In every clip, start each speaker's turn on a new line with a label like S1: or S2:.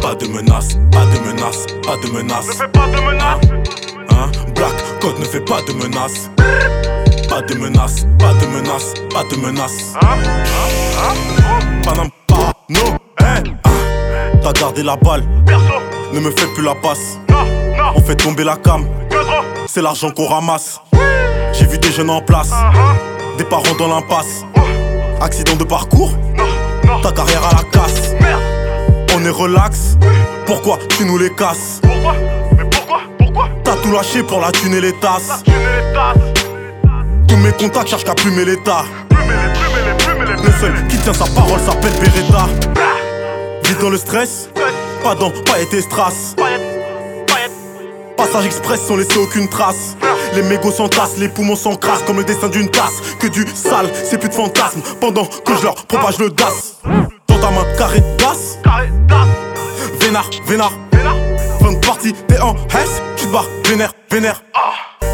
S1: pas de menace, pas de menace, pas de menace.
S2: Ne fais pas de menaces.
S1: Hein Black Code ne fait pas de menace. Pas de menace, pas de menace, pas de menace.
S2: Hein Hein Hein
S1: Panam, pas, non, hein, hein. T'as gardé la balle,
S2: Oh, Perso
S1: ne me fais plus la passe.
S2: Non,
S1: On
S2: non,
S1: fait tomber la cam,
S2: que Hein, trop
S1: c'est l'argent qu'on ramasse. J'ai vu des jeunes en place,
S2: Ah, ah.
S1: des parents dans l'impasse.
S2: Oh,
S1: Accident de parcours,
S2: Non, non,
S1: ta carrière à la casse.
S2: merde
S1: On est relax, pourquoi tu nous les casses
S2: Pourquoi Mais pourquoi Pourquoi
S1: T'as tout lâché pour la thune et les tasses.
S2: Tu ne les tasses
S1: Tous mes contacts cherchent qu'à plumer l'état.
S2: Plumez-les, plumez-les, plumez-les,
S1: Le
S2: plumez-les
S1: seul qui tient sa parole s'appelle Beretta.
S2: Ah,
S1: Vite dans le stress, pas dans, pas été strass.
S2: Paillettes, paillettes
S1: Passage express sans laisser aucune trace. Les mégots s'entassent, les poumons s'encrassent comme le dessin d'une tasse. Que du sale, c'est plus de fantasme. Pendant que je leur propage le das. Dans ta main carré de tasse,
S2: Carré, tasse
S1: vénard, vénard.
S2: T'es là
S1: Fin de partie, t'es en hess, tu te barres, vénère, vénère.
S2: Ah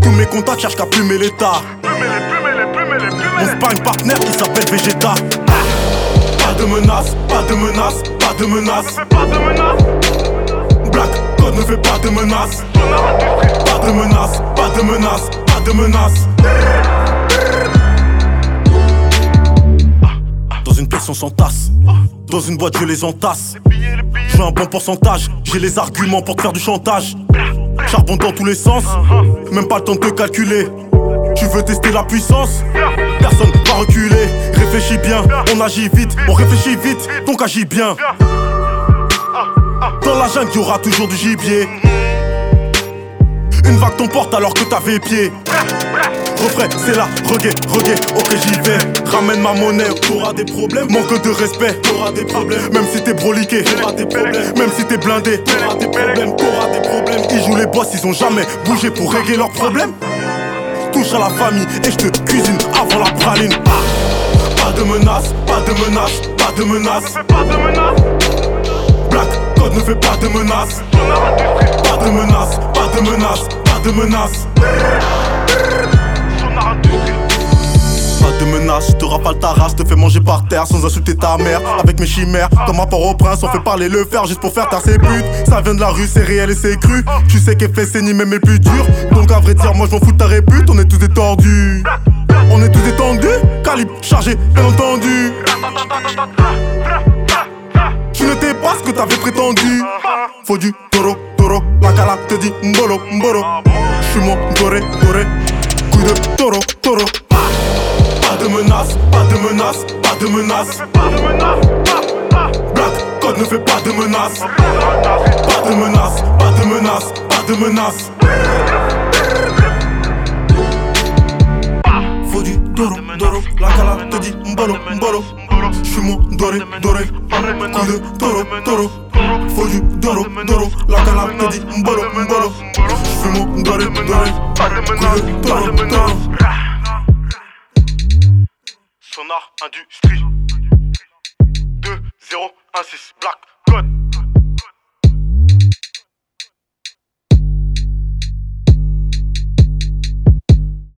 S1: Tous mes contacts cherchent qu'à plumer l'état.
S2: Plumez-les, plumez-les, plumez-les,
S1: Mon
S2: plumez-les
S1: sparring partner il s'appelle Vegeta. Pas de menace, pas de menace, pas de
S2: Ne
S1: menace.
S2: fais pas de menaces
S1: Black Code ne fait pas de menace.
S2: On arrête du street
S1: Pas de menace, pas de menace, pas de menace. Dans une pièce, on s'entasse. Dans une boîte, je les entasse.
S2: Les billets, les billets
S1: Je veux un bon pourcentage, j'ai les arguments pour te faire du chantage. Charbon dans tous les sens, même pas le temps de te calculer. Tu veux tester la puissance Personne va reculer. Réfléchis bien, on agit vite, on réfléchit vite, donc agis bien. Dans la jungle, y aura toujours du gibier. Une vague t'emporte alors que t'avais pied. Refrain, c'est là, reggae, reggae, ok j'y vais. Ramène ma monnaie, t'auras des problèmes. Manque de respect, t'auras des problèmes. Même si t'es broliqué, t'auras des problèmes. Même si t'es blindé, t'auras des problèmes, t'auras des problèmes. Ils jouent les boss, ils ont jamais bougé pour régler leurs problèmes. Touche à la famille et je te cuisine avant la praline. Ah, pas de menace, pas de menace, pas de menace.
S2: Ne fais pas de menaces
S1: Black Code ne fait pas de menace.
S2: On arrête du street
S1: Pas de menace, pas de menace, pas de menace.
S2: On arrête du street
S1: Pas de menace, je te rafale ta race, te fais manger par terre sans insulter ta mère. Avec mes chimères, comme rapport au prince, on fait parler le fer juste pour faire taire ses buts. Ça vient de la rue, c'est réel et c'est cru. Tu sais qu'FC ni même les plus durs. Donc à vrai dire, moi je m'en fous de ta répute, on est tous détendus. On est tous détendus, calibre chargé, bien entendu. Tu ne t'es pas ce que t'avais prétendu. Faut du toro, toro, la cala te dit mbolo, mbolo. J'suis mon doré, doré, coup de toro, toro. Pas de menace, pas de menace, pas de menace.
S2: Ne fais pas de menaces Ah,
S1: Black Code ne fait pas de menace.
S2: ah
S1: Pas de menace, pas de menace, pas de menace. Faut du doro, doro, la cala te dit mbolo, mbolo. J'suis mon doré, doré, coup de toro, toro. Faut du doro, doro, la cala te dit mbolo, mbolo. J'suis mon doré, doré,
S2: Pas de
S1: coup
S2: menaces,
S1: de
S2: pas
S1: toro,
S2: de
S1: toro.
S2: menaces. Sonar Industrie 2 0 1 6 Black